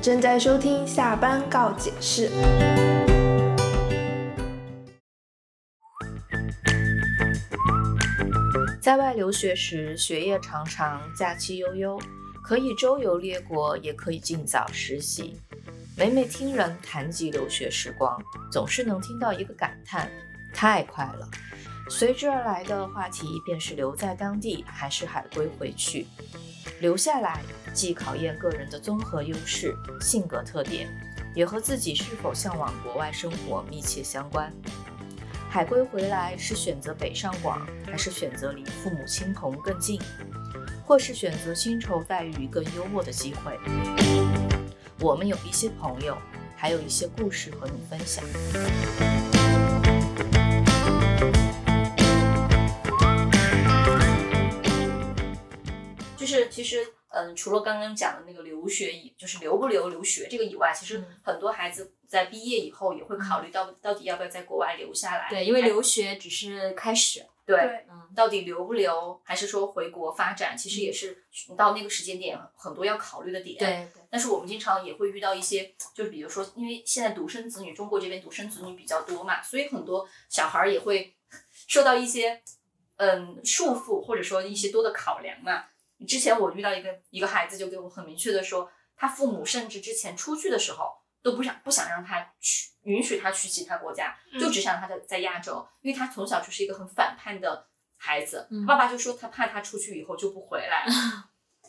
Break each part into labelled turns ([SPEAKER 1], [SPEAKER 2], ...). [SPEAKER 1] 正在收听下班告解释。
[SPEAKER 2] 在外留学时，学业常常假期悠悠，可以周游列国，也可以尽早实习。每每听人谈及留学时光，总是能听到一个感叹：太快了。随之而来的话题便是留在当地还是海归回去。留下来既考验个人的综合优势、性格特点，也和自己是否向往国外生活密切相关。海归回来是选择北上广，还是选择离父母亲朋更近，或是选择薪酬待遇更优渥的机会？我们有一些朋友，还有一些故事和你分享。
[SPEAKER 3] 就是其实，嗯，除了刚刚讲的那个留学以，就是留不留留学这个以外，其实
[SPEAKER 2] 嗯
[SPEAKER 3] 很多孩子在毕业以后也会考虑到到底要不要在国外留下来。
[SPEAKER 4] 嗯对，因为
[SPEAKER 3] 还
[SPEAKER 4] 留学只是开始，
[SPEAKER 3] 对，
[SPEAKER 1] 对，
[SPEAKER 4] 嗯，
[SPEAKER 3] 到底留不留，还是说回国发展，其实也是到那个时间点很多要考虑的点。。
[SPEAKER 4] 对，
[SPEAKER 3] 但是我们经常也会遇到一些，就是比如说，因为现在独生子女，中国这边独生子女比较多嘛，所以很多小孩儿也会受到一些嗯束缚，或者说一些多的考量嘛。之前我遇到一个一个孩子，就给我很明确的说，他父母甚至之前出去的时候都不想不想让他去允许他去其他国家，就只想让他在在亚洲，因为他从小就是一个很反叛的孩子。
[SPEAKER 4] 嗯
[SPEAKER 3] 爸爸就说他怕他出去以后就不回来了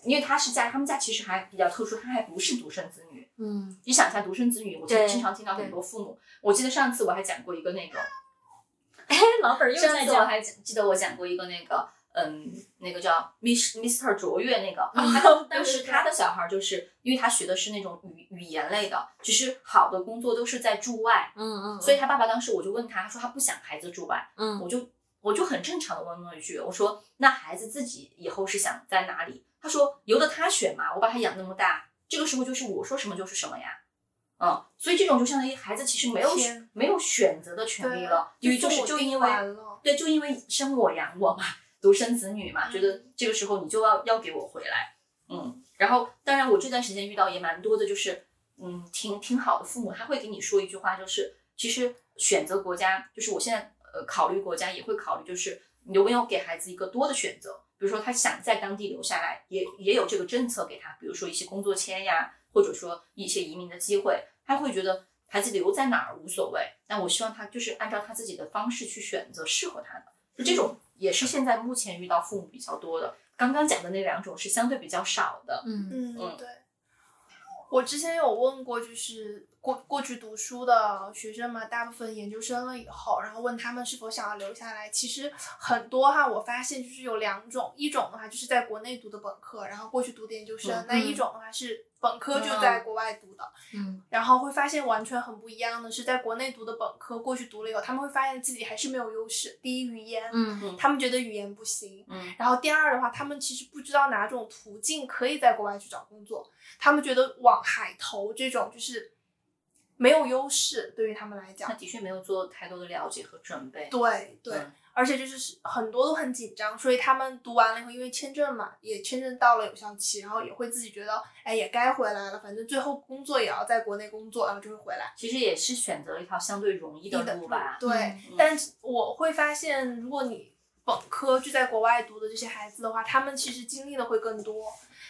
[SPEAKER 3] 因为他是家他们家其实还比较特殊，他还不是独生子女。
[SPEAKER 4] 嗯，
[SPEAKER 3] 你想一下独生子女，我
[SPEAKER 4] 对
[SPEAKER 3] 经经常听到很多父母。我记得上次我还讲过一个那个，
[SPEAKER 4] 老本儿又
[SPEAKER 3] 上
[SPEAKER 4] 在
[SPEAKER 3] 次我
[SPEAKER 4] 讲，
[SPEAKER 3] 还记得我讲过一个那个，嗯，那个叫 Miss Mister 卓越那
[SPEAKER 4] 哦
[SPEAKER 3] 个，他当 当时他的小孩就是因为他学的是那种语语言类的，其实好的工作都是在驻外，
[SPEAKER 4] 嗯嗯，
[SPEAKER 3] 所以他爸爸当时我就问他，他说他不想孩子驻外，
[SPEAKER 4] 嗯
[SPEAKER 3] 我就我就很正常的问了一句，我说那孩子自己以后是想在哪里？他说由得他选嘛，我把他养那么大，这个时候就是我说什么就是什么呀。嗯，所以这种就相当于孩子其实没有
[SPEAKER 1] 天
[SPEAKER 3] 没有选择的权利了，因为就是就因为
[SPEAKER 1] 了，
[SPEAKER 3] 对，就因为生我养我嘛，独生子女嘛，觉
[SPEAKER 1] 嗯
[SPEAKER 3] 得这个时候你就要要给我回来，嗯。然后，当然我这段时间遇到也蛮多的，就是嗯，挺挺好的父母，他会给你说一句话，就是其实选择国家，就是我现在呃考虑国家也会考虑，就是你有没有给孩子一个多的选择，比如说他想在当地留下来，也也有这个政策给他，比如说一些工作签呀，或者说一些移民的机会，他会觉得孩子留在哪儿无所谓，但我希望他就是按照他自己的方式去选择适合他的，就这种也是现在目前遇到父母比较多的。刚刚讲的那两种是相对比较少的，
[SPEAKER 4] 嗯
[SPEAKER 1] 嗯，
[SPEAKER 3] 嗯
[SPEAKER 1] 对。我之前有问过，就是过过去读书的学生嘛，大部分研究生了以后，然后问他们是否想要留下来。其实很多哈，我发现就是有两种，一种的话就是在国内读的本科，然后过去读的研究生；
[SPEAKER 3] 嗯
[SPEAKER 1] 那一种的话是本科就在国外读的。
[SPEAKER 4] 嗯
[SPEAKER 1] 然后会发现完全很不一样的是，在国内读的本科，过去读了以后，他们会发现自己还是没有优势。第一，语言，
[SPEAKER 4] 嗯
[SPEAKER 1] 他们觉得语言不行。
[SPEAKER 3] 嗯
[SPEAKER 1] 然后第二的话，他们其实不知道哪种途径可以在国外去找工作，他们觉得往海投这种就是没有优势，对于他们来
[SPEAKER 3] 他
[SPEAKER 1] 讲。
[SPEAKER 3] 的确没有做太多的了解和准备。
[SPEAKER 1] 对对，
[SPEAKER 3] 嗯
[SPEAKER 1] 而且就是很多都很紧张，所以他们读完了以后，因为签证嘛，也签证到了有效期，然后也会自己觉得，哎，也该回来了，反正最后工作也要在国内工作，然后就会回来。
[SPEAKER 3] 其实也是选择了一条相对容易的路吧。
[SPEAKER 1] 对，
[SPEAKER 3] 嗯
[SPEAKER 1] 但是我会发现，如果你本科就在国外读的这些孩子的话，他们其实经历的会更多，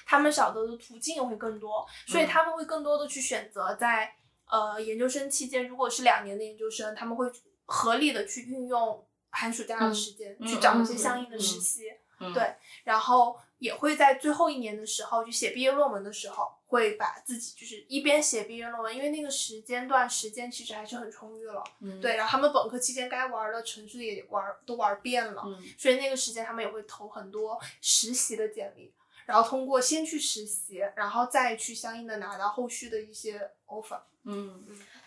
[SPEAKER 1] 他们晓得的途径也会更多，所以
[SPEAKER 3] 嗯
[SPEAKER 1] 他们会更多的去选择在呃研究生期间，如果是两年的研究生，他们会合理的去运用寒暑假的时间、
[SPEAKER 3] 嗯
[SPEAKER 1] 去
[SPEAKER 3] 嗯
[SPEAKER 1] 找一
[SPEAKER 4] 嗯
[SPEAKER 1] 些相应的
[SPEAKER 3] 嗯
[SPEAKER 1] 实习，
[SPEAKER 3] 嗯
[SPEAKER 1] 对然后也会在最后一年的时候，就写毕业论文的时候，会把自己就是一边写毕业论文，因为那个时间段时间其实还是很充裕了。
[SPEAKER 3] 嗯
[SPEAKER 1] 对，然后他们本科期间该玩的城市也玩都玩遍了，
[SPEAKER 3] 嗯
[SPEAKER 1] 所以那个时间他们也会投很多实习的简历，然后通过先去实习，然后再去相应的拿到后续的一些 offer。
[SPEAKER 3] 嗯，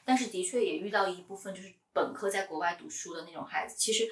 [SPEAKER 3] 但是的确也遇到一部分就是本科在国外读书的那种孩子，其实。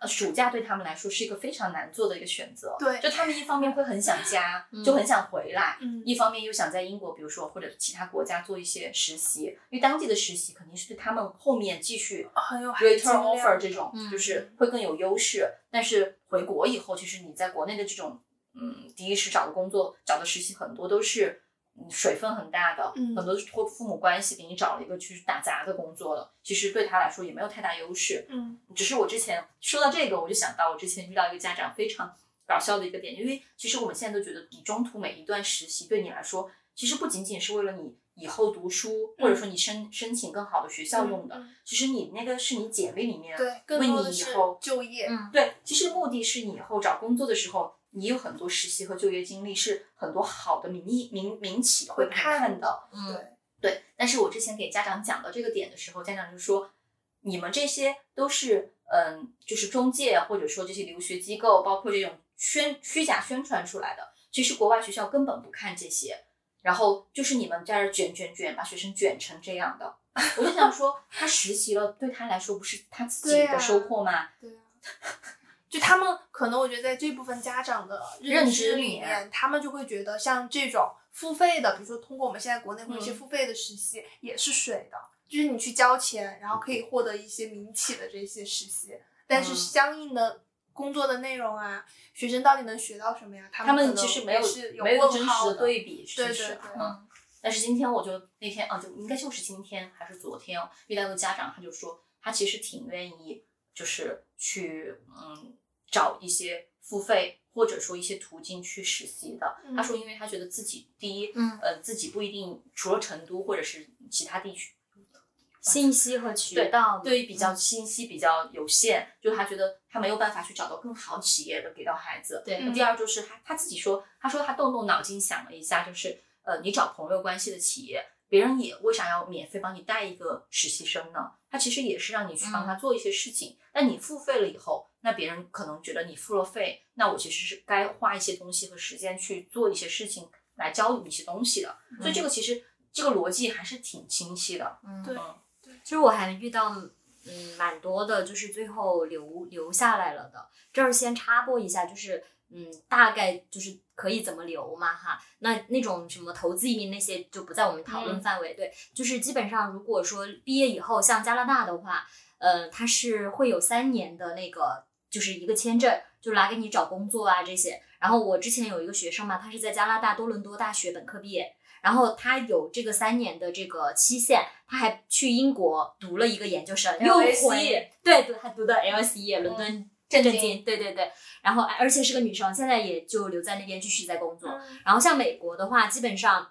[SPEAKER 3] 呃暑假对他们来说是一个非常难做的一个选择，
[SPEAKER 1] 对
[SPEAKER 3] 就他们一方面会很想家，
[SPEAKER 4] 嗯
[SPEAKER 3] 就很想回来，
[SPEAKER 1] 嗯
[SPEAKER 3] 一方面又想在英国，比如说或者其他国家做一些实习，因为当地的实习肯定是对他们后面继续
[SPEAKER 1] 很有含金
[SPEAKER 3] return
[SPEAKER 1] 量
[SPEAKER 3] offer
[SPEAKER 1] 的
[SPEAKER 3] 这种，
[SPEAKER 4] 嗯
[SPEAKER 3] 就是会更有优势。但是回国以后，其实你在国内的这种，嗯，第一是找的工作、找的实习很多都是嗯水分很大的，
[SPEAKER 1] 嗯
[SPEAKER 3] 很多是托父母关系给你找了一个去打杂的工作了，其实对他来说也没有太大优势。
[SPEAKER 1] 嗯
[SPEAKER 3] 只是我之前说到这个，我就想到我之前遇到一个家长非常搞笑的一个点，因为其实我们现在都觉得，你中途每一段实习对你来说，其实不仅仅是为了你以后读书，或者说你申申请更好的学校用的，
[SPEAKER 1] 嗯
[SPEAKER 3] 其实你那个是你简历里面
[SPEAKER 1] 对，更
[SPEAKER 3] 为
[SPEAKER 1] 多
[SPEAKER 3] 你
[SPEAKER 1] 的
[SPEAKER 3] 以
[SPEAKER 1] 是
[SPEAKER 3] 后
[SPEAKER 1] 就业，
[SPEAKER 4] 嗯
[SPEAKER 3] 对，其实目的是你以后找工作的时候，你有很多实习和就业经历，是很多好的民意民民企会看的。
[SPEAKER 4] 嗯，
[SPEAKER 3] 对，但是我之前给家长讲到这个点的时候，家长就说，你们这些都是嗯，就是中介或者说这些留学机构，包括这种宣虚假宣传出来的，其实国外学校根本不看这些，然后就是你们在这儿卷卷卷，把学生卷成这样的。 我就想说，他实习了，对他来说不是他自己
[SPEAKER 1] 对
[SPEAKER 3] 的
[SPEAKER 1] 啊
[SPEAKER 3] 收获吗？
[SPEAKER 1] 对啊，就他们可能我觉得在这部分家长的
[SPEAKER 3] 认知
[SPEAKER 1] 知
[SPEAKER 3] 里
[SPEAKER 1] 里
[SPEAKER 3] 面
[SPEAKER 1] 面，他们就会觉得像这种付费的，比如说通过我们现在国内会有一些
[SPEAKER 3] 嗯
[SPEAKER 1] 付费的实习、也是水的，就是你去交钱，然后可以获得一些民企的这些实习，但是
[SPEAKER 3] 嗯
[SPEAKER 1] 相应的。工作的内容啊，学生到底能学到什么呀？他
[SPEAKER 3] 他
[SPEAKER 1] 们可
[SPEAKER 3] 们
[SPEAKER 1] 能
[SPEAKER 3] 其实没有
[SPEAKER 1] 也是
[SPEAKER 3] 没有真
[SPEAKER 1] 问
[SPEAKER 3] 实
[SPEAKER 1] 号
[SPEAKER 3] 的对比，其
[SPEAKER 1] 对
[SPEAKER 3] 实
[SPEAKER 1] 对对
[SPEAKER 3] 嗯。但是今天我就那天啊，就应该就是今天还是昨天哦，遇到一个家长，他就说他其实挺愿意，就是去嗯找一些付费或者说一些途径去实习的。
[SPEAKER 1] 嗯
[SPEAKER 3] 他说，因为他觉得自己第一，
[SPEAKER 4] 嗯
[SPEAKER 3] 呃，自己不一定除了成都或者是其他地区，
[SPEAKER 4] 信息和渠
[SPEAKER 3] 对
[SPEAKER 4] 道嘛
[SPEAKER 3] 对于比较信息比较有限，就他觉得他没有办法去找到更好企业的给到孩子。
[SPEAKER 4] 对
[SPEAKER 1] 嗯
[SPEAKER 3] 第二就是他他自己说，他说他动动脑筋想了一下，就是呃，你找朋友关系的企业，别人也为啥要免费帮你带一个实习生呢？他其实也是让你去
[SPEAKER 4] 嗯
[SPEAKER 3] 帮他做一些事情，但你付费了以后，那别人可能觉得你付了费，那我其实是该花一些东西和时间去做一些事情来教你一些东西的。所以这个其实这个逻辑还是挺清晰的。
[SPEAKER 4] 嗯
[SPEAKER 1] 对
[SPEAKER 3] 嗯
[SPEAKER 4] 其实我还遇到嗯蛮多的，就是最后留留下来了的。这儿先插播一下，就是嗯大概就是可以怎么留嘛哈。那那种什么投资移民那些就不在我们讨论
[SPEAKER 3] 嗯
[SPEAKER 4] 范围。对，就是基本上如果说毕业以后，像加拿大的话，呃，它是会有三年的那个就是一个签证，就来给你找工作啊这些。然后我之前有一个学生嘛，他是在加拿大多伦多大学本科毕业，然后他有这个三年的这个期限，他还去英国读了一个研究生，又
[SPEAKER 3] LSE
[SPEAKER 4] 回对读他读的 LSE 伦敦
[SPEAKER 3] 震
[SPEAKER 4] 政
[SPEAKER 3] 惊
[SPEAKER 4] 经，对对对，然后而且是个女生，现在也就留在那边继续在工作。
[SPEAKER 1] 嗯
[SPEAKER 4] 然后像美国的话，基本上，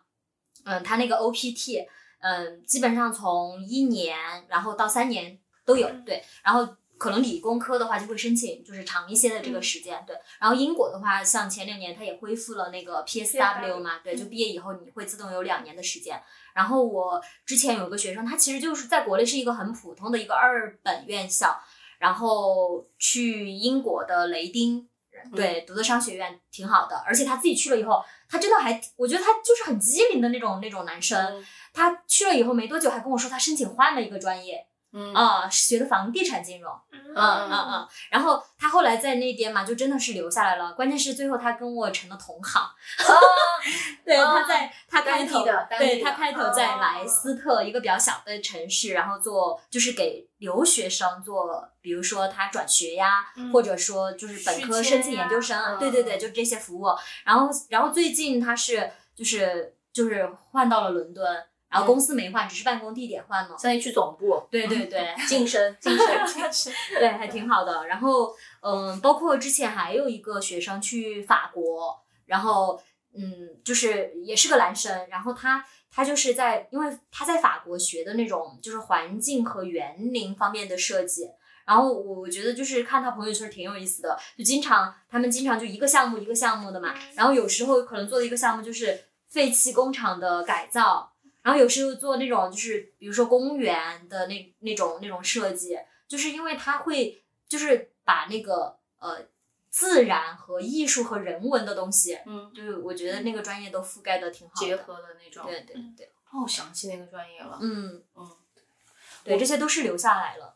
[SPEAKER 4] 嗯，它那个 OPT，嗯，基本上从一年然后到三年都有，
[SPEAKER 1] 嗯
[SPEAKER 4] 对，然后。可能理工科的话就会申请就是长一些的这个
[SPEAKER 1] 嗯
[SPEAKER 4] 时间，对。然后英国的话，像前两年它也恢复了那个 PSW 嘛，对，就
[SPEAKER 1] 嗯
[SPEAKER 4] 毕业以后你会自动有两年的时间。然后我之前有一个学生，他其实就是在国内是一个很普通的一个二本院校，然后去英国的雷丁，
[SPEAKER 1] 嗯
[SPEAKER 4] 对，读的商学院挺好的，而且他自己去了以后，他真的还，我觉得他就是很机灵的那种那种男生。
[SPEAKER 3] 嗯
[SPEAKER 4] 他去了以后没多久，还跟我说他申请换了一个专业
[SPEAKER 3] 嗯
[SPEAKER 4] 啊、是学的房地产金融。
[SPEAKER 1] 嗯
[SPEAKER 4] 嗯嗯嗯，然后他后来在那边嘛，就真的是留下来了。关键是最后他跟我成了同行，对，他在他开
[SPEAKER 3] 当地
[SPEAKER 4] 头
[SPEAKER 3] 的，当地
[SPEAKER 4] 对
[SPEAKER 3] 的
[SPEAKER 4] 他开头在莱斯特一个比较小的城市，然后做就是给留学生做，比如说他转学呀，
[SPEAKER 1] 嗯
[SPEAKER 4] 或者说就是本科
[SPEAKER 1] 续
[SPEAKER 4] 申
[SPEAKER 1] 签
[SPEAKER 4] 请
[SPEAKER 1] 呀
[SPEAKER 4] 研究生，啊
[SPEAKER 3] 嗯
[SPEAKER 4] 对对对，就这些服务。然后然后最近他是就是就是换到了伦敦，然后公司没换，只是办公地点换了。
[SPEAKER 3] 相当于去总部
[SPEAKER 4] 对对 对，
[SPEAKER 3] 晋升，晋升，
[SPEAKER 4] 对，还挺好的。然后，嗯，包括之前还有一个学生去法国，然后，嗯，就是也是个男生，然后他他就是在，因为他在法国学的那种就是环境和园林方面的设计。然后我觉得就是看他朋友圈挺有意思的，就经常他们经常就一个项目一个项目的嘛，然后有时候可能做的一个项目就是废弃工厂的改造，然后有时候做那种就是比如说公园的那那种那种设计，就是因为它会就是把那个呃自然和艺术和人文的东西，
[SPEAKER 3] 嗯，
[SPEAKER 4] 就是我觉得那个专业都覆盖的挺好的，
[SPEAKER 3] 结合的那种。
[SPEAKER 4] 对对
[SPEAKER 1] 嗯
[SPEAKER 4] 对，
[SPEAKER 3] 哦，我想起那个专业了。
[SPEAKER 4] 嗯
[SPEAKER 3] 嗯，
[SPEAKER 4] 对，这些都是留下来了，嗯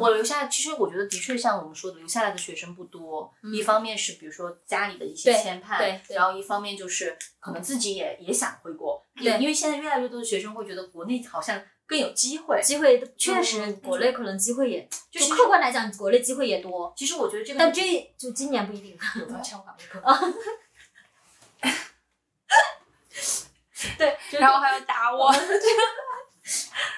[SPEAKER 3] 我留下，其实我觉得的确像我们说的，留下来的学生不多。
[SPEAKER 4] 嗯
[SPEAKER 3] 一方面是比如说家里的一些
[SPEAKER 4] 对
[SPEAKER 3] 牵绊，
[SPEAKER 4] 对对
[SPEAKER 3] 然后一方面就是可能自己也也想回国，
[SPEAKER 4] 对
[SPEAKER 3] 因为现在越来越多的学生会觉得国内好像更有机会。
[SPEAKER 4] 机会确实
[SPEAKER 3] 嗯
[SPEAKER 4] 国内可能机会也，
[SPEAKER 3] 就
[SPEAKER 4] 就
[SPEAKER 3] 其实
[SPEAKER 4] 客观来讲，国内机会也多，
[SPEAKER 3] 其实我觉得这个，
[SPEAKER 4] 但这就今年不一定。 啊
[SPEAKER 3] 有没有欠我广告？对，
[SPEAKER 1] 然后还要打我。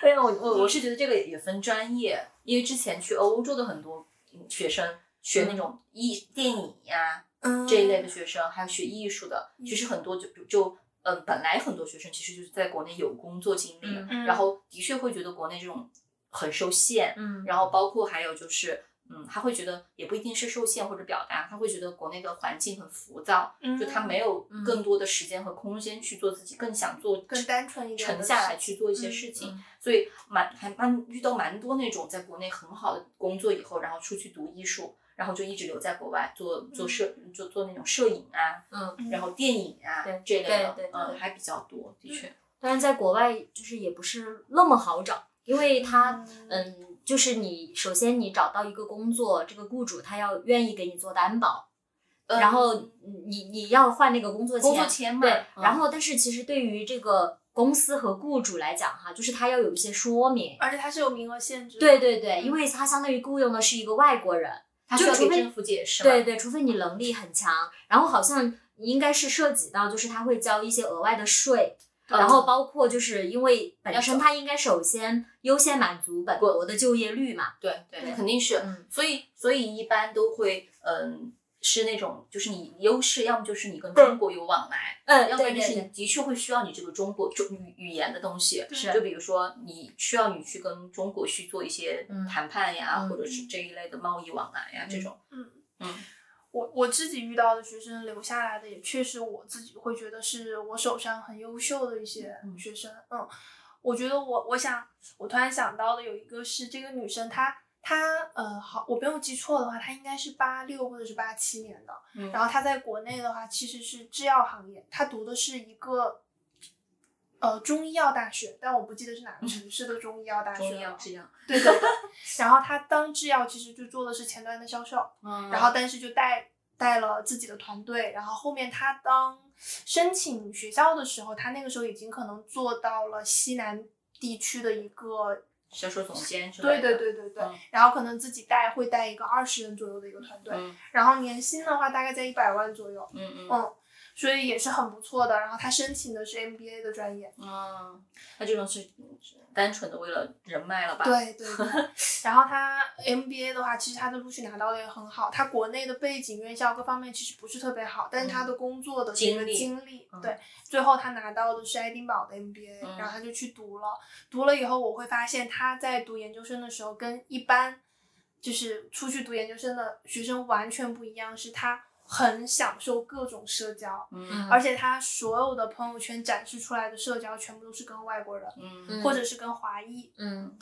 [SPEAKER 3] 对啊，我我我是觉得这个也分专业，因为之前去欧洲的很多学生学
[SPEAKER 4] 嗯
[SPEAKER 3] 那种艺电影呀、
[SPEAKER 1] 嗯
[SPEAKER 3] 这一类的学生，还有学艺术的，其实很多就就嗯，本来很多学生其实就是在国内有工作经历的，
[SPEAKER 1] 嗯
[SPEAKER 3] 然后的确会觉得国内这种很受限，
[SPEAKER 4] 嗯，
[SPEAKER 3] 然后包括还有就是。嗯，他会觉得也不一定是受限或者表达，他会觉得国内的环境很浮躁，就他没有
[SPEAKER 4] 嗯
[SPEAKER 3] 更多的时间和空间去做自己更想做、
[SPEAKER 1] 更单纯一点的
[SPEAKER 3] 沉下来
[SPEAKER 1] 事
[SPEAKER 3] 去做一些
[SPEAKER 1] 嗯
[SPEAKER 3] 事情。
[SPEAKER 4] 嗯
[SPEAKER 3] 所以蛮还蛮遇到蛮多那种在国内很好的工作以后，然后出去读艺术，然后就一直留在国外做做摄、就做那种摄影啊，
[SPEAKER 4] 嗯，
[SPEAKER 1] 嗯
[SPEAKER 3] 然后电影啊
[SPEAKER 4] 对
[SPEAKER 3] 这类的，
[SPEAKER 4] 对对
[SPEAKER 3] 嗯，
[SPEAKER 4] 对
[SPEAKER 3] 还比较多，的确。
[SPEAKER 4] 但是在国外就是也不是那么好找，因为他
[SPEAKER 1] 嗯
[SPEAKER 4] 嗯，就是你首先你找到一个工作，这个雇主他要愿意给你做担保，
[SPEAKER 3] 嗯
[SPEAKER 4] 然后你你要换那个呃工作
[SPEAKER 3] 工作签嘛，
[SPEAKER 4] 对，
[SPEAKER 3] 嗯
[SPEAKER 4] 然后但是其实对于这个公司和雇主来讲哈，就是他要有一些说明。
[SPEAKER 1] 而且它是有名额限制的。
[SPEAKER 4] 对
[SPEAKER 3] 嗯
[SPEAKER 4] 对对，因为他相当于雇佣的是一个外国人，
[SPEAKER 3] 他需
[SPEAKER 4] 就
[SPEAKER 3] 要
[SPEAKER 4] 除
[SPEAKER 3] 给
[SPEAKER 4] 非
[SPEAKER 3] 政府解释嘛，
[SPEAKER 4] 对对，除非你能力很强，然后好像应该是涉及到，就是他会交一些额外的税，
[SPEAKER 3] 嗯，
[SPEAKER 4] 然后包括就是因为本身
[SPEAKER 3] 要
[SPEAKER 4] 他应该首先优先满足本国的就业率嘛，
[SPEAKER 3] 对对，
[SPEAKER 1] 对
[SPEAKER 3] 肯定是，
[SPEAKER 4] 嗯
[SPEAKER 3] 所以所以一般都会嗯。是那种，就是你优势，要么就是你跟中国有往来，
[SPEAKER 4] 嗯，
[SPEAKER 3] 要不
[SPEAKER 4] 对
[SPEAKER 3] 然就
[SPEAKER 4] 对
[SPEAKER 3] 是你
[SPEAKER 4] 对，
[SPEAKER 3] 的确会需要你这个中国中语语言的东西，
[SPEAKER 1] 是
[SPEAKER 3] 就比如说你需要你去跟中国去做一些
[SPEAKER 4] 嗯
[SPEAKER 3] 谈判呀，
[SPEAKER 4] 嗯
[SPEAKER 3] 或者是这一类的贸易往来呀、这种，
[SPEAKER 1] 嗯
[SPEAKER 3] 嗯
[SPEAKER 1] 我我自己遇到的学生留下来的，也确实我自己会觉得是我手上很优秀的一些
[SPEAKER 3] 嗯
[SPEAKER 1] 学生。嗯，我觉得我我想，我突然想到的有一个是这个女生，她她呃好，我没有记错的话，她应该是八六或者是八七年的。
[SPEAKER 3] 嗯
[SPEAKER 1] 然后她在国内的话，其实是制药行业，她读的是一个。呃，中医药大学，但我不记得是哪个城市的中医药大学
[SPEAKER 3] 嗯中
[SPEAKER 1] 了。
[SPEAKER 3] 医药这样，
[SPEAKER 1] 对对对。 然后他当制药其实就做的是前端的销售，
[SPEAKER 3] 嗯
[SPEAKER 1] 然后但是就带带了自己的团队，然后后面他当申请学校的时候，他那个时候已经可能做到了西南地区的一个，
[SPEAKER 3] 销售总监之
[SPEAKER 1] 对
[SPEAKER 3] 类的，
[SPEAKER 1] 对对对对，
[SPEAKER 3] 嗯
[SPEAKER 1] 然后可能自己带会带一个二十人左右的一个团队，
[SPEAKER 3] 嗯
[SPEAKER 1] 然后年薪的话大概在一百万左右，
[SPEAKER 3] 嗯嗯
[SPEAKER 1] 嗯，所以也是很不错的。然后他申请的是 MBA 的专业，
[SPEAKER 3] 嗯，那这种是单纯的为了人脉了吧？，
[SPEAKER 1] 对对 对，然后他 MBA 的话，其实他的录取拿到的也很好，他国内的背景、院校各方面其实不是特别好，但是他的工作的这
[SPEAKER 3] 经
[SPEAKER 1] 个
[SPEAKER 3] 历
[SPEAKER 1] 经历，
[SPEAKER 3] 嗯
[SPEAKER 1] 对，最后他拿到的是爱丁堡的 MBA，、
[SPEAKER 3] 嗯
[SPEAKER 1] 然后他就去读了，读了以后我会发现他在读研究生的时候跟一般就是出去读研究生的学生完全不一样，是他很享受各种社交。
[SPEAKER 3] 嗯
[SPEAKER 1] 而且他所有的朋友圈展示出来的社交，全部都是跟外国人，
[SPEAKER 3] 嗯
[SPEAKER 1] 或者是跟华裔，
[SPEAKER 4] 嗯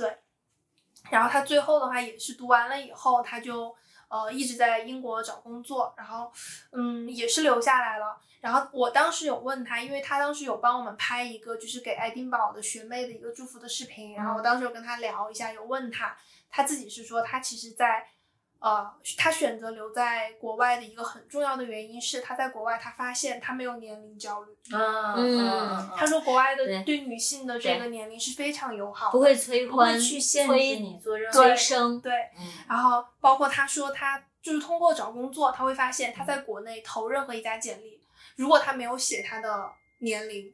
[SPEAKER 1] 然后他最后的话也是读完了以后，他就呃一直在英国找工作，然后嗯也是留下来了。然后我当时有问他，因为他当时有帮我们拍一个就是给爱丁堡的学妹的一个祝福的视频，然后
[SPEAKER 4] 嗯
[SPEAKER 1] 我当时有跟他聊一下，有问他，他自己是说他其实在。呃，他选择留在国外的一个很重要的原因是，他在国外他发现他没有年龄焦虑。
[SPEAKER 3] 嗯嗯，
[SPEAKER 1] 他说国外
[SPEAKER 4] 对
[SPEAKER 1] 的对女性的
[SPEAKER 4] 对
[SPEAKER 1] 这个年龄是非常友好的，
[SPEAKER 4] 不会催
[SPEAKER 3] 不会
[SPEAKER 4] 婚，
[SPEAKER 3] 去限制
[SPEAKER 4] 催
[SPEAKER 3] 你做任何
[SPEAKER 4] 催生，
[SPEAKER 1] 对，
[SPEAKER 3] 嗯
[SPEAKER 1] 然后包括他说他就是通过找工作，他会发现他在国内投任何一家简历，如果他没有写他的年龄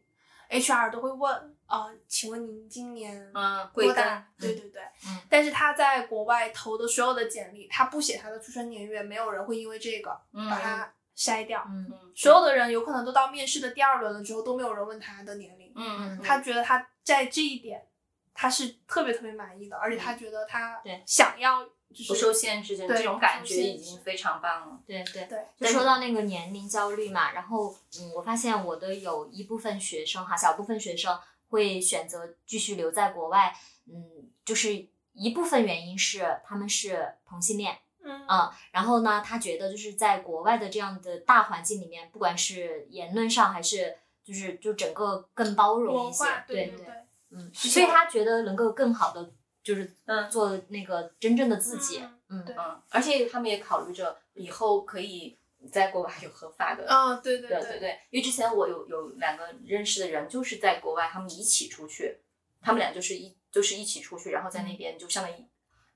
[SPEAKER 1] ，HR 都会问啊、呃请问您今年
[SPEAKER 3] 嗯
[SPEAKER 1] 多
[SPEAKER 3] 贵
[SPEAKER 1] 大
[SPEAKER 3] 干，？
[SPEAKER 1] 对对对、
[SPEAKER 4] 嗯
[SPEAKER 1] 但是他在国外投的所有的简历，他不写他的出生年月，没有人会因为这个
[SPEAKER 3] 嗯
[SPEAKER 1] 把它筛掉。
[SPEAKER 4] 嗯
[SPEAKER 3] 嗯
[SPEAKER 1] 所有的人有可能都到面试的第二轮了之后，都没有人问他的年龄。
[SPEAKER 3] 嗯嗯
[SPEAKER 1] 他觉得他在这一点他是特别特别满意的，而且他觉得他
[SPEAKER 4] 对
[SPEAKER 1] 想要就是
[SPEAKER 3] 不受限制，这
[SPEAKER 1] 对
[SPEAKER 3] 种
[SPEAKER 1] 不
[SPEAKER 3] 感
[SPEAKER 1] 受
[SPEAKER 3] 觉
[SPEAKER 1] 限
[SPEAKER 3] 已
[SPEAKER 1] 制
[SPEAKER 3] 经非常棒了。
[SPEAKER 4] 对对
[SPEAKER 1] 对，
[SPEAKER 4] 就说到那个年龄焦虑嘛，然后嗯，我发现我的有一部分学生哈，小部分学生会选择继续留在国外，嗯，就是一部分原因是他们是同性恋，
[SPEAKER 1] 嗯
[SPEAKER 4] 嗯，然后呢，他觉得就是在国外的这样的大环境里面，不管是言论上还是就是就整个更包容一
[SPEAKER 1] 文
[SPEAKER 4] 些
[SPEAKER 1] 化，，
[SPEAKER 4] 对
[SPEAKER 1] 对
[SPEAKER 4] 嗯，
[SPEAKER 1] 是
[SPEAKER 4] 所以
[SPEAKER 1] 这
[SPEAKER 4] 他觉得能够更好的就是
[SPEAKER 3] 嗯
[SPEAKER 4] 做那个真正的自己，
[SPEAKER 1] 嗯
[SPEAKER 4] 嗯
[SPEAKER 1] 对
[SPEAKER 3] 嗯，而且他们也考虑着以后可以在国外有合法的。
[SPEAKER 1] 嗯，对对
[SPEAKER 3] 对对对，因为之前我有有两个认识的人，就是在国外，他们一起出去，他们俩就是一就是一起出去，然后
[SPEAKER 1] 嗯
[SPEAKER 3] 在那边就相当于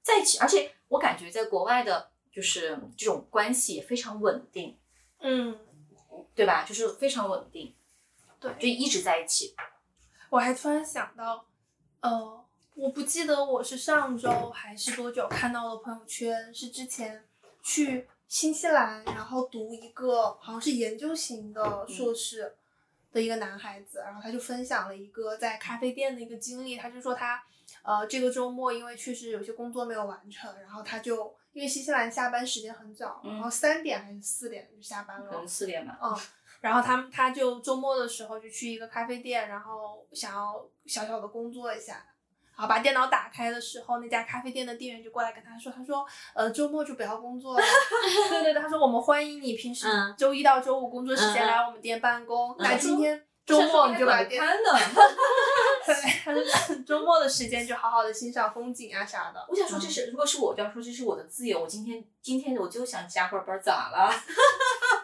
[SPEAKER 3] 在一起，而且我感觉在国外的，就是这种关系也非常稳定，
[SPEAKER 1] 嗯，
[SPEAKER 3] 对吧？就是非常稳定，
[SPEAKER 1] 对。
[SPEAKER 3] 就一直在一起。
[SPEAKER 1] 我还突然想到，呃，我不记得我是上周还是多久看到的朋友圈，是之前去新西兰，然后读一个好像是研究型的硕士的一个男孩子，然后他就分享了一个在咖啡店的一个经历，他就说他。呃，这个周末因为确实有些工作没有完成，然后他就因为新西兰下班时间很早，
[SPEAKER 3] 嗯
[SPEAKER 1] 然后三点还是四点就下班了，
[SPEAKER 3] 可能四点吧。
[SPEAKER 1] 嗯，然后他们他就周末的时候就去一个咖啡店，然后想要小小的工作一下。好，把电脑打开的时候，那家咖啡店的店员就过来跟他说：“他说，呃，周末就不要工 作了。对对对，他说我们欢迎你平时
[SPEAKER 4] 嗯
[SPEAKER 1] 周一到周五工作时间
[SPEAKER 4] 嗯嗯
[SPEAKER 1] 来我们店办公。
[SPEAKER 3] 嗯
[SPEAKER 1] 那今 天周末你就把店，
[SPEAKER 3] 摊 了。
[SPEAKER 1] 对，他说 周末的时间就好好的欣赏风景啊啥的。
[SPEAKER 3] 我想说这是，如果是我，就要说这是我的自由。我今天今天我就想加会儿班，咋了？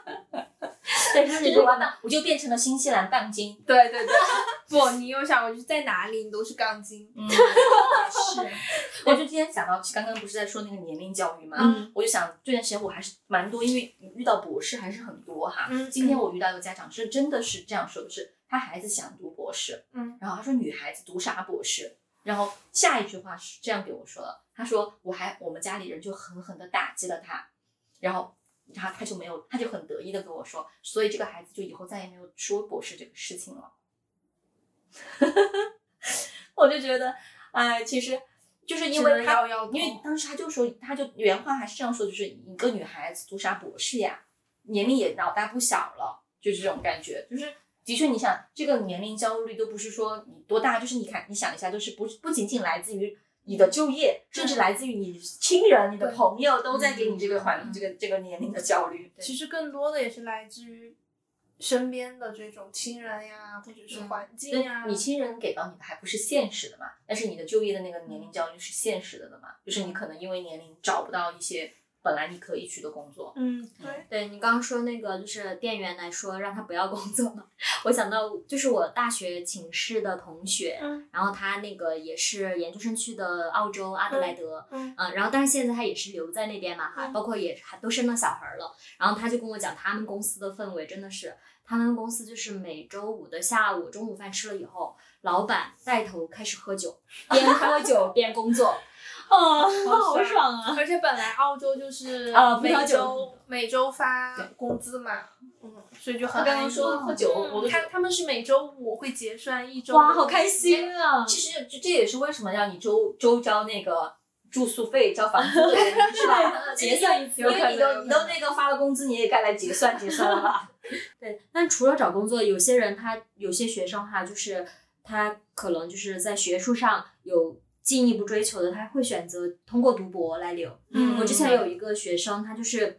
[SPEAKER 4] 对，他
[SPEAKER 3] 这就完蛋，我就变成了新西兰杠精。
[SPEAKER 1] 对对对， 不，你有想过就是在哪里你都是杠精。
[SPEAKER 3] 嗯，
[SPEAKER 1] 是，
[SPEAKER 3] 我就今天想到，刚刚不是在说那个年龄教育吗？
[SPEAKER 4] 嗯
[SPEAKER 3] 我就想这段时间我还是蛮多，因为遇到博士还是很多哈。
[SPEAKER 1] 嗯
[SPEAKER 3] 今天我遇到一个家长是真的是这样说的是，他孩子想读博士，
[SPEAKER 1] 嗯，
[SPEAKER 3] 然后他说女孩子读啥博士，然后下一句话是这样给我说的，他说我还我们家里人就狠狠的打击了他，然后。他他就没有，他就很得意的跟我说，所以这个孩子就以后再也没有说博士这个事情了。 我就觉得，哎，其实就是因为
[SPEAKER 1] 只能
[SPEAKER 3] 他
[SPEAKER 1] 摇摇头
[SPEAKER 3] 因
[SPEAKER 4] 哦
[SPEAKER 3] 为当时他就说，他就原话还是这样说，就是一个女孩子读啥博士呀，年龄也老大不小了，就这种感觉，就是。的确，你想这个年龄焦虑都不是说你多大，就是你看，你想一下，就是不不仅仅来自于你的就业，甚至来自于你亲人、你的
[SPEAKER 1] 对
[SPEAKER 3] 朋友都在给你这个环、
[SPEAKER 4] 嗯
[SPEAKER 3] 这个这个年龄的焦虑。
[SPEAKER 1] 其实更多的也是来自于身边的这种亲人呀，或者是
[SPEAKER 3] 嗯
[SPEAKER 1] 环
[SPEAKER 3] 那
[SPEAKER 1] 境呀。
[SPEAKER 3] 你亲人给到你的还不是现实的嘛？但是你的就业的那个年龄焦虑是现实的的嘛？就是你可能因为年龄找不到一些本来你可以去的工作。
[SPEAKER 1] 嗯，对，
[SPEAKER 4] 对你刚刚说那个，就是店员来说让他不要工作嘛，我想到就是我大学寝室的同学，
[SPEAKER 1] 嗯
[SPEAKER 4] 然后他那个也是研究生去的澳洲阿德莱德，
[SPEAKER 1] 嗯
[SPEAKER 4] 嗯，然后但是现在他也是留在那边嘛哈，
[SPEAKER 1] 嗯
[SPEAKER 4] 包括也还都生了小孩儿了。然后他就跟我讲，他们公司的氛围真的是，他们公司就是每周五的下午中午饭吃了以后，老板带头开始喝酒，边喝酒边工作，哦，好爽啊！
[SPEAKER 1] 而且本来澳洲就是
[SPEAKER 4] 啊葡
[SPEAKER 1] 每
[SPEAKER 4] 萄酒
[SPEAKER 1] 周每周发
[SPEAKER 3] 对
[SPEAKER 1] 工资嘛，嗯，所以就
[SPEAKER 3] 他
[SPEAKER 1] 很
[SPEAKER 3] 刚
[SPEAKER 1] 安逸
[SPEAKER 3] 刚说喝酒，
[SPEAKER 1] 嗯
[SPEAKER 3] 我都觉
[SPEAKER 1] 他
[SPEAKER 3] 得
[SPEAKER 1] 他们是每周五会结算一周，
[SPEAKER 4] 哇，好开！心啊！
[SPEAKER 3] 其实这这也是为什么要你周周交那个住宿费、交房租 的原因， 是吧？结算一次，因
[SPEAKER 1] 有可
[SPEAKER 3] 为
[SPEAKER 1] 能
[SPEAKER 3] 你
[SPEAKER 1] 有
[SPEAKER 3] 都
[SPEAKER 1] 可能
[SPEAKER 3] 你都那个发了工资，你也该来结算结算了吧？
[SPEAKER 4] 对，但除了找工作，有些人他有些学生哈，就是他可能就是在学术上有进一步追求的，他会选择通过读博来留。
[SPEAKER 1] 嗯
[SPEAKER 4] 我之前有一个学生，他就是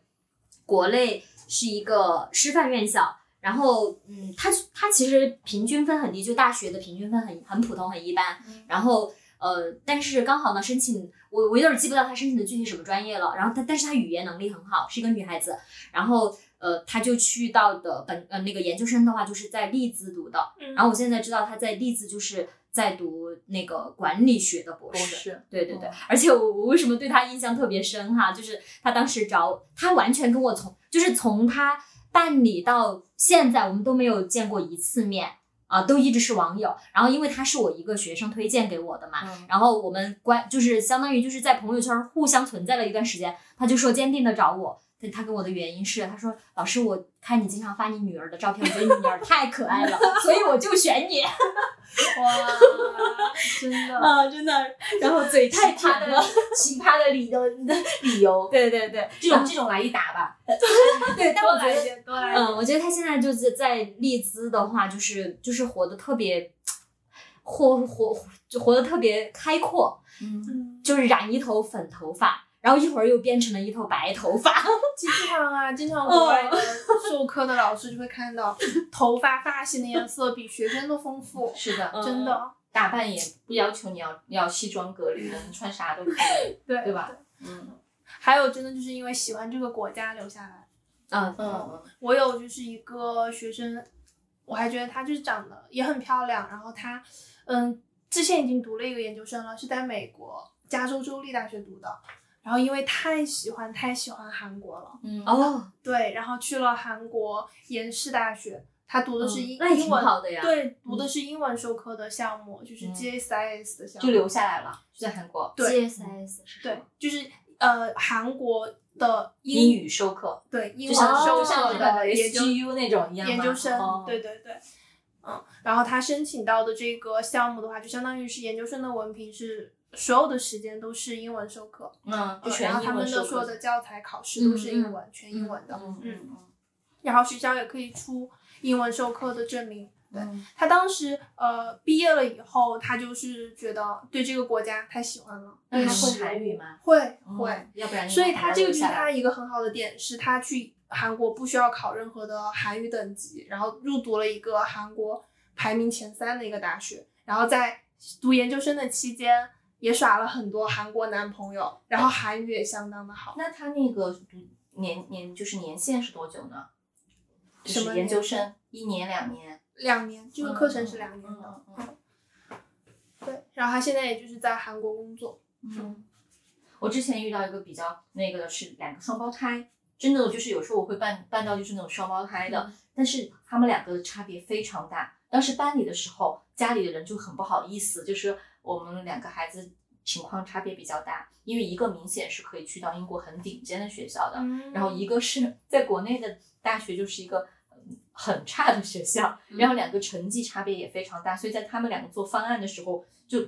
[SPEAKER 4] 国内是一个师范院校。然后，嗯，他他其实平均分很低，就大学的平均分很很普通，很一般。然后，呃，但是刚好呢，申请我我有点记不到他申请的具体什么专业了。然后他，但是他语言能力很好，是一个女孩子。然后，呃，他就去到的本呃那个研究生的话，就是在利兹读的。
[SPEAKER 1] 嗯
[SPEAKER 4] 然后我现在知道他在利兹就是在读那个管理学的博士。哦
[SPEAKER 3] 是，
[SPEAKER 4] 对对对，而且我我为什么对他印象特别深哈、就是他当时找他完全跟我从就是从他办理到现在，我们都没有见过一次面啊、都一直是网友。然后因为他是我一个学生推荐给我的嘛，
[SPEAKER 3] 嗯，
[SPEAKER 4] 然后我们关就是相当于就是在朋友圈互相存在了一段时间，他就说坚定的找我。他他跟我的原因是，他说老师，我看你经常发你女儿的照片，我觉得你女儿太可爱了，所以我就选你。
[SPEAKER 1] 哇，真 的，
[SPEAKER 4] 啊，真的，然后嘴太
[SPEAKER 3] 他
[SPEAKER 4] 甜
[SPEAKER 3] 的
[SPEAKER 4] 了。
[SPEAKER 3] 奇葩的理由的理由，
[SPEAKER 4] 对对对
[SPEAKER 3] 这种这种来一打吧，
[SPEAKER 4] 对，但
[SPEAKER 1] 多
[SPEAKER 4] 我觉
[SPEAKER 1] 来一
[SPEAKER 4] 得，
[SPEAKER 1] 点，多来一点。
[SPEAKER 4] 嗯，我觉得他现在就是在利兹的话，就是就是活得特别，活活就活得特别开阔，
[SPEAKER 3] 嗯，
[SPEAKER 1] 嗯，
[SPEAKER 4] 就是染一头粉头发，然后一会儿又变成了一头白头发。
[SPEAKER 1] 经常啊，经常国外
[SPEAKER 3] 哦
[SPEAKER 1] 的授课的老师就会看 到，头发发型的颜色比学生都丰富，
[SPEAKER 3] 是的，
[SPEAKER 1] 真的。
[SPEAKER 3] 打扮也不要求你要你要西装革履的，你穿啥都可以，
[SPEAKER 1] 对
[SPEAKER 3] 对吧？嗯
[SPEAKER 1] 还有，真的就是因为喜欢这个国家留下来。
[SPEAKER 4] 嗯
[SPEAKER 3] 嗯
[SPEAKER 1] 我有就是一个学生，我还觉得她就是长得也很漂亮，然后她，嗯，之前已经读了一个研究生了，是在美国加州州立大学读的。然后因为太喜欢太喜欢韩国了，
[SPEAKER 3] 嗯，
[SPEAKER 4] 哦，
[SPEAKER 1] 对，然后去了韩国延世大学，他读的是
[SPEAKER 3] 嗯
[SPEAKER 1] 英、
[SPEAKER 4] 嗯那也
[SPEAKER 1] 英
[SPEAKER 4] 挺
[SPEAKER 1] 文，
[SPEAKER 4] 好的呀。
[SPEAKER 1] 对，读的是英文授课的项目，就是
[SPEAKER 3] 啊嗯
[SPEAKER 1] GSIS 的项目，
[SPEAKER 3] 就留下来了，就在韩国
[SPEAKER 1] 对
[SPEAKER 4] GSIS 是什
[SPEAKER 1] 对
[SPEAKER 4] 么？，
[SPEAKER 1] 就是呃韩国的
[SPEAKER 3] 英
[SPEAKER 1] 语
[SPEAKER 3] 语授课，
[SPEAKER 1] 对英
[SPEAKER 3] 就
[SPEAKER 1] 文
[SPEAKER 3] 像
[SPEAKER 4] 哦
[SPEAKER 1] 授
[SPEAKER 3] 就像
[SPEAKER 1] 课
[SPEAKER 3] 日本
[SPEAKER 1] 的
[SPEAKER 3] 的
[SPEAKER 1] 研究
[SPEAKER 3] SGU 那种一样吗
[SPEAKER 1] 研究生，
[SPEAKER 3] 哦
[SPEAKER 1] 对对对，嗯，然后他申请到的这个项目的话，就相当于是研究生的文凭是。所有的时间都是英文授课，
[SPEAKER 3] 嗯，
[SPEAKER 1] 呃
[SPEAKER 3] 就全
[SPEAKER 1] 然后他
[SPEAKER 3] 英文
[SPEAKER 1] 们
[SPEAKER 3] 授
[SPEAKER 1] 的所有
[SPEAKER 3] 课。
[SPEAKER 1] 的教材、考试都是英文，全英文的。
[SPEAKER 3] 嗯嗯
[SPEAKER 1] 然后学校也可以出英文授课的证明。对
[SPEAKER 3] 嗯
[SPEAKER 1] 他当时呃毕业了以后，他就是觉得对这个国家太喜欢了，
[SPEAKER 3] 那
[SPEAKER 1] 对
[SPEAKER 3] 他
[SPEAKER 1] 他
[SPEAKER 3] 会
[SPEAKER 1] 会
[SPEAKER 3] 韩语吗？
[SPEAKER 1] 会
[SPEAKER 3] 嗯
[SPEAKER 1] 会，，
[SPEAKER 3] 要不然
[SPEAKER 1] 所以他这个就是
[SPEAKER 3] 下来
[SPEAKER 1] 他一个很好的点，是他去韩国不需要考任何的韩语等级，然后入读了一个韩国排名前三的一个大学，然后在读研究生的期间也耍了很多韩国男朋友，然后韩语也相当的好。
[SPEAKER 3] 那他那个读年年就是年限是多久呢？就
[SPEAKER 1] 什
[SPEAKER 3] 是
[SPEAKER 1] 么
[SPEAKER 3] 研究
[SPEAKER 1] 年
[SPEAKER 3] 生一年两年，
[SPEAKER 1] 两年，这个课程是两年的
[SPEAKER 3] 嗯。嗯嗯
[SPEAKER 1] 对，然后他现在也就是在韩国工作。
[SPEAKER 3] 嗯，我之前遇到一个比较那个的是两个双胞胎，真的就是有时候我会办办到就是那种双胞胎的，但是他们两个的差别非常大。当时班里的时候，家里的人就很不好意思，就是我们两个孩子情况差别比较大，因为一个明显是可以去到英国很顶尖的学校的，
[SPEAKER 1] 嗯
[SPEAKER 3] 然后一个是在国内的大学就是一个嗯很差的学校，然后两个成绩差别也非常大，所以在他们两个做方案的时候，就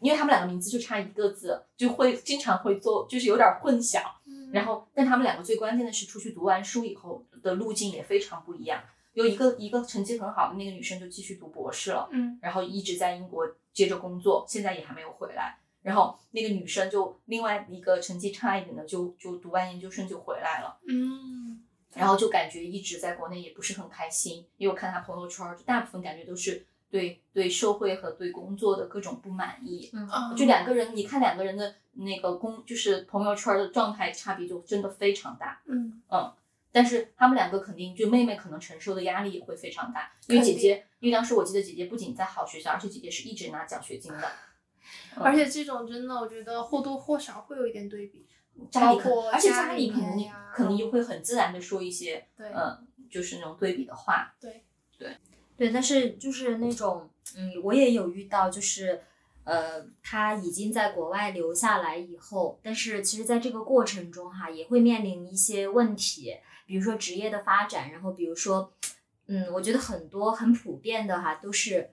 [SPEAKER 3] 因为他们两个名字就差一个字，就会经常会做，就是有点混淆。
[SPEAKER 1] 嗯
[SPEAKER 3] 然后，但他们两个最关键的是出去读完书以后的路径也非常不一样，有一个一个成绩很好的那个女生就继续读博士了。
[SPEAKER 1] 嗯，
[SPEAKER 3] 然后一直在英国接着工作，现在也还没有回来。然后那个女生就另外一个成绩差一点的就就读完研究生就回来了，
[SPEAKER 1] 嗯
[SPEAKER 3] 然后就感觉一直在国内也不是很开心，因为我看她朋友圈儿，就大部分感觉都是对对社会和对工作的各种不满意。
[SPEAKER 4] 嗯
[SPEAKER 1] 啊，
[SPEAKER 3] 就两个人，你看两个人的那个工，就是朋友圈儿的状态差别就真的非常大。
[SPEAKER 1] 嗯
[SPEAKER 3] 但是他们两个肯定就妹妹可能承受的压力也会非常大，因为姐姐，因为当时我记得姐姐不仅在好学校，而且姐姐是一直拿奖学金的，
[SPEAKER 1] 而且这种真的，我觉得或多或少会有一点对比。
[SPEAKER 3] 家里可
[SPEAKER 1] 包括
[SPEAKER 3] 而且
[SPEAKER 1] 家
[SPEAKER 3] 家里
[SPEAKER 1] 里
[SPEAKER 3] 可能
[SPEAKER 1] 面呀
[SPEAKER 3] 可能也会很自然的说一些，
[SPEAKER 1] 对，
[SPEAKER 3] 嗯，就是那种对比的话，
[SPEAKER 4] 对，但是就是那种，嗯，我也有遇到，就是，呃，他已经在国外留下来以后，但是其实在这个过程中哈，也会面临一些问题，比如说职业的发展，然后比如说，嗯，我觉得很多很普遍的哈，都是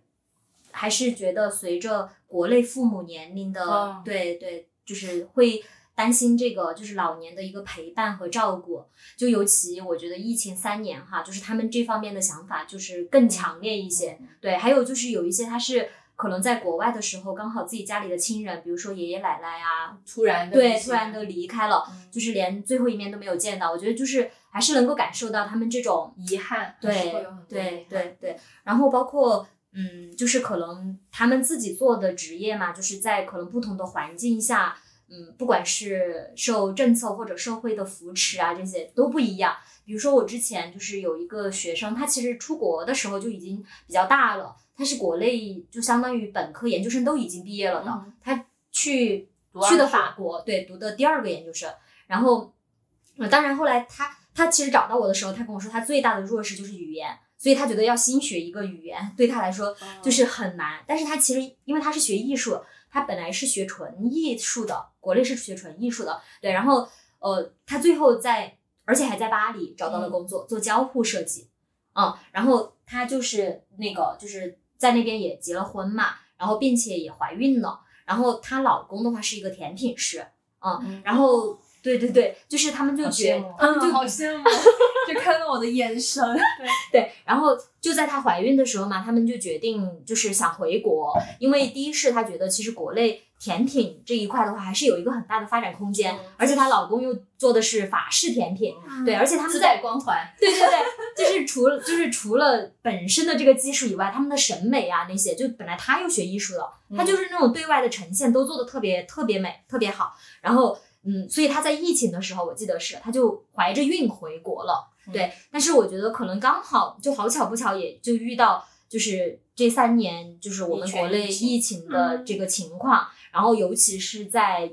[SPEAKER 4] 还是觉得随着国内父母年龄的，
[SPEAKER 3] 嗯
[SPEAKER 4] 对对，就是会担心这个就是老年的一个陪伴和照顾。就尤其我觉得疫情三年哈，就是他们这方面的想法就是更强烈一些。
[SPEAKER 1] 嗯
[SPEAKER 4] 对，还有就是有一些他是可能在国外的时候，刚好自己家里的亲人，比如说爷爷奶奶啊，
[SPEAKER 3] 突然的一
[SPEAKER 4] 对，
[SPEAKER 3] 些
[SPEAKER 4] 突然的离开了，
[SPEAKER 3] 嗯
[SPEAKER 4] 就是连最后一面都没有见到。我觉得就是还是能够感受到他们这种
[SPEAKER 3] 遗憾，还是会
[SPEAKER 4] 对
[SPEAKER 3] 有很多遗
[SPEAKER 4] 对
[SPEAKER 3] 憾
[SPEAKER 4] 对对，然后包括嗯，就是可能他们自己做的职业嘛，就是在可能不同的环境下，嗯，不管是受政策或者社会的扶持啊，这些都不一样。比如说我之前就是有一个学生，他其实出国的时候就已经比较大了，他是国内就相当于本科、研究生都已经毕业了的，
[SPEAKER 3] 嗯
[SPEAKER 4] 他去
[SPEAKER 3] 读二
[SPEAKER 4] 去的
[SPEAKER 3] 硕
[SPEAKER 4] 法国，对，读的第二个研究生。然后，呃当然后来他他其实找到我的时候，他跟我说他最大的弱势就是语言，所以他觉得要新学一个语言对他来说就是很难。但是他其实因为他是学艺术，他本来是学纯艺术的，国内是学纯艺术的，对。然后呃，他最后在而且还在巴黎找到了工作，做交互设计，嗯，然后他就是那个就是在那边也结了婚嘛，然后并且也怀孕了。然后她老公的话是一个甜品师，啊
[SPEAKER 3] 嗯
[SPEAKER 4] 然后对对对，就是他们就
[SPEAKER 3] 好
[SPEAKER 4] 觉
[SPEAKER 3] 羡慕
[SPEAKER 4] 他们就、
[SPEAKER 1] 嗯，好羡 慕，就看到我的眼神。
[SPEAKER 4] 对，然后就在她怀孕的时候嘛，他们就决定就是想回国，因为第一是她觉得其实国内甜品这一块的话还是有一个很大的发展空
[SPEAKER 3] 嗯
[SPEAKER 4] 间，而且她老公又做的是法式甜品，
[SPEAKER 1] 嗯
[SPEAKER 4] 对，而且他们
[SPEAKER 3] 自
[SPEAKER 4] 在
[SPEAKER 3] 带光环，
[SPEAKER 4] 对对对，就是除了就是除了本身的这个基础以外，他们的审美啊那些，就本来他又学艺术的，他就是那种对外的呈现都做的特别特别美，特别好。然后嗯，所以他在疫情的时候，我记得是他就怀着孕回国了，
[SPEAKER 3] 嗯
[SPEAKER 4] 对。但是我觉得可能刚好就好巧不巧，也就遇到就是这三年就是我们
[SPEAKER 3] 疫情
[SPEAKER 4] 国内
[SPEAKER 3] 疫情嗯
[SPEAKER 4] 疫情的这个情况，然后尤其是在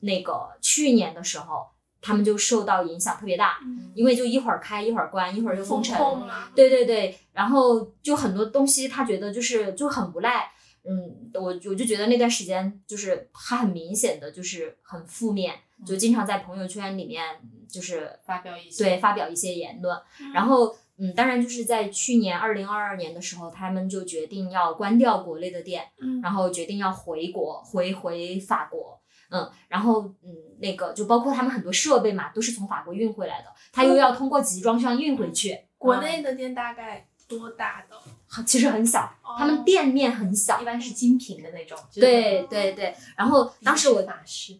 [SPEAKER 4] 那个去年的时候。他们就受到影响特别大，
[SPEAKER 1] 嗯
[SPEAKER 4] 因为就一会儿开一会儿关，一会儿又
[SPEAKER 1] 风
[SPEAKER 4] 封城，
[SPEAKER 1] 控啊，
[SPEAKER 4] 对对对，然后就很多东西他觉得就是就很无赖，嗯，我我就觉得那段时间就是他很明显的就是很负面，就
[SPEAKER 1] 嗯
[SPEAKER 4] 经常在朋友圈里面就是
[SPEAKER 3] 发表一些
[SPEAKER 4] 对发表一些言论，
[SPEAKER 1] 嗯
[SPEAKER 4] 然后嗯，当然就是在去年二零二二年的时候，他们就决定要关掉国内的店，
[SPEAKER 1] 嗯
[SPEAKER 4] 然后决定要回国，回回法国。嗯，然后嗯，那个就包括他们很多设备嘛，都是从法国运回来的，他又要通过集装箱运回去，
[SPEAKER 1] 国内的店大概多大的？
[SPEAKER 4] 很其实很小，他
[SPEAKER 1] 哦
[SPEAKER 4] 们店面很小
[SPEAKER 3] 一。般是精品的那种，就是
[SPEAKER 4] 对对对，然后当时我
[SPEAKER 3] 法 式，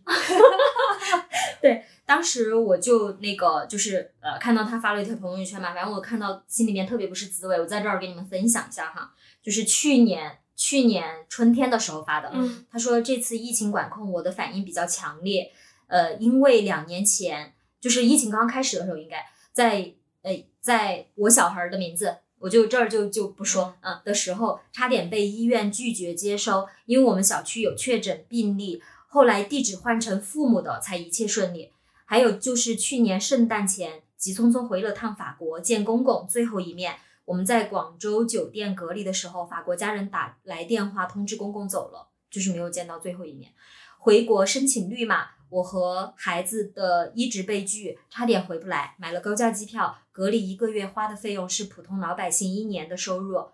[SPEAKER 4] 当时我就那个就是呃，看到他发了一条朋友圈嘛，反正我看到心里面特别不是滋味。我在这儿给你们分享一下哈，就是去年去年春天的时候发的，
[SPEAKER 1] 嗯
[SPEAKER 4] 他说这次疫情管控我的反应比较强烈，呃，因为两年前就是疫情刚开始的时候，应该在呃在我小孩儿的名字。我就这儿就就不说，嗯的时候，差点被医院拒绝接收，因为我们小区有确诊病例。后来地址换成父母的，才一切顺利。还有就是去年圣诞前，急匆匆回了趟法国见公公最后一面。我们在广州酒店隔离的时候，法国家人打来电话通知公公走了，就是没有见到最后一面。回国申请绿码，我和孩子的一直被拒，差点回不来，买了高价机票，隔离一个月花的费用是普通老百姓一年的收入。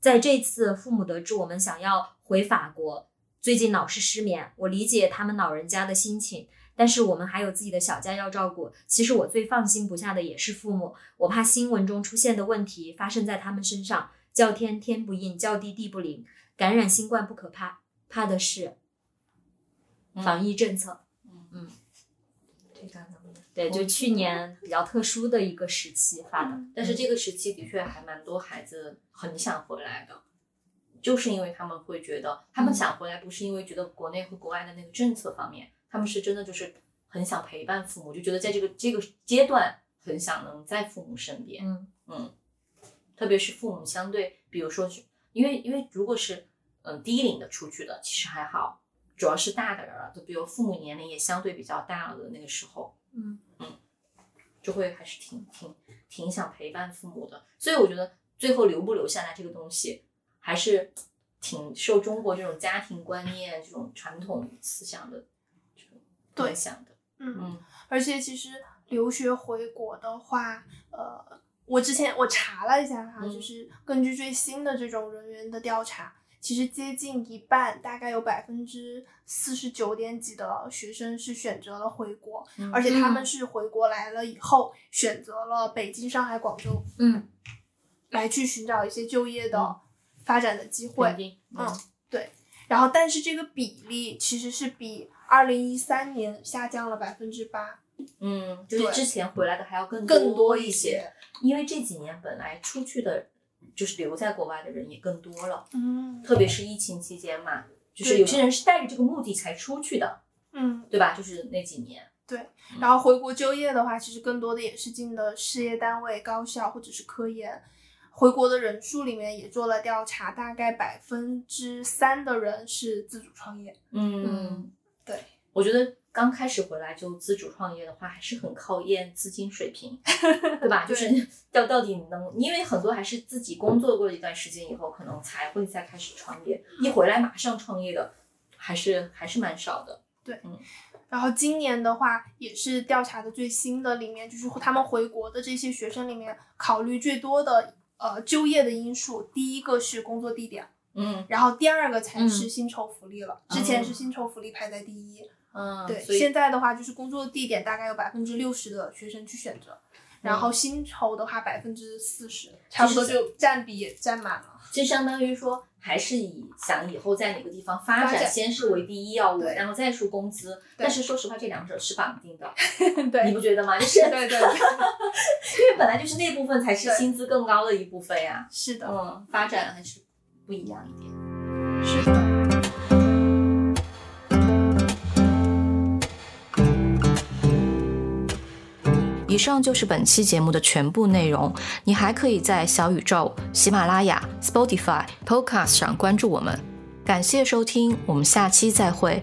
[SPEAKER 4] 在这次父母得知我们想要回法国，最近老是失眠，我理解他们老人家的心情。但是我们还有自己的小家要照顾。其实我最放心不下的也是父母，我怕新闻中出现的问题发生在他们身上，叫天天不应，叫地地不灵。感染新冠不可怕，怕的是防疫政策。
[SPEAKER 3] 嗯
[SPEAKER 4] 嗯，这个能不能对，就去年比较特殊的一个时期发的。
[SPEAKER 3] 但是这个时期的确还蛮多孩子很想回来的，就是因为他们会觉得，他们想回来不是因为觉得国内和国外的那个政策方面，他们是真的就是很想陪伴父母，就觉得在这个这个阶段很想能在父母身边。
[SPEAKER 4] 嗯
[SPEAKER 3] 嗯，特别是父母相对，比如说是，因为因为如果是嗯、呃低龄的出去的，其实还好，主要是大的人了，就比如父母年龄也相对比较大了的那个时候，
[SPEAKER 4] 嗯
[SPEAKER 3] 嗯，就会还是挺挺挺想陪伴父母的，所以我觉得最后留不留下来这个东西，还是挺受中国这种家庭观念、这种传统思想的这种
[SPEAKER 1] 对
[SPEAKER 3] 影响的，
[SPEAKER 1] 嗯，
[SPEAKER 3] 嗯
[SPEAKER 1] 而且其实留学回国的话，呃，我之前我查了一下哈，
[SPEAKER 3] 嗯
[SPEAKER 1] 就是根据最新的这种人员的调查，其实接近一半，大概有百分之四十九点几的学生是选择了回国，
[SPEAKER 3] 嗯
[SPEAKER 1] 而且他们
[SPEAKER 4] 嗯
[SPEAKER 1] 是回国来了以后，选择了北京、上海、广州
[SPEAKER 4] 嗯
[SPEAKER 1] 来去寻找一些就业的
[SPEAKER 3] 嗯
[SPEAKER 1] 发展的机会
[SPEAKER 3] 肯。定，
[SPEAKER 1] 嗯然后，但是这个比例其实是比二零一三年下降了百分之八，
[SPEAKER 3] 嗯，就是
[SPEAKER 1] 对
[SPEAKER 3] 之前回来的还要更
[SPEAKER 1] 更
[SPEAKER 3] 多
[SPEAKER 1] 多一
[SPEAKER 3] 些。
[SPEAKER 1] 些。
[SPEAKER 3] 因为这几年本来出去的，就是留在国外的人也更多了，
[SPEAKER 1] 嗯
[SPEAKER 3] 特别是疫情期间嘛，就是
[SPEAKER 1] 对的
[SPEAKER 3] 有些人是带着这个目的才出去的，
[SPEAKER 1] 嗯，
[SPEAKER 3] 对吧？就是那几年，
[SPEAKER 1] 然后回国就业的话，其实更多的也是进的事业单位、高校或者是科研。回国的人数里面也做了调查，大概百分之三的人是自主创业。
[SPEAKER 3] 嗯，
[SPEAKER 1] 对，
[SPEAKER 3] 我觉得刚开始回来就自主创业的话，还是很考验资金 水平，对吧？就是到到底能，因为很多还是自己工作过一段时间以后，可能才会再开始创业，一回来马上创业的，还是还是蛮少的。
[SPEAKER 1] 然后今年的话，也是调查的最新的里面，就是他们回国的这些学生里面，考虑最多的呃就业的因素，第一个是工作地点，
[SPEAKER 3] 嗯
[SPEAKER 1] 然后第二个才
[SPEAKER 4] 嗯
[SPEAKER 1] 是薪酬福利了。之前是薪酬福利排在第一，
[SPEAKER 3] 嗯，
[SPEAKER 1] 对，
[SPEAKER 3] 所以
[SPEAKER 1] 现在的话就是工作地点大概有百分之六十的学生去选择，然后薪酬的话百分之四十，嗯差不多就占比也占满了。
[SPEAKER 3] 就相当于说，还是以想以后在哪个地方发
[SPEAKER 1] 发
[SPEAKER 3] 展嗯
[SPEAKER 1] 展
[SPEAKER 3] 先是为第一要务，
[SPEAKER 1] 对
[SPEAKER 3] 然后再说工资。
[SPEAKER 1] 对
[SPEAKER 3] 但是说实话，这两者是绑定 的，你
[SPEAKER 1] 对
[SPEAKER 3] 不觉得吗？就是因
[SPEAKER 1] 对对对，
[SPEAKER 3] 为本来就是那部分才是
[SPEAKER 1] 对
[SPEAKER 3] 薪资更高的一部分呀。
[SPEAKER 1] 是的，
[SPEAKER 3] 嗯，发展还是不一样一点。
[SPEAKER 1] 是的。
[SPEAKER 2] 以上就是本期节目的全部内容。你还可以在小宇宙、喜马拉雅、Spotify、Podcast 上关注我们。感谢收听，我们下期再会。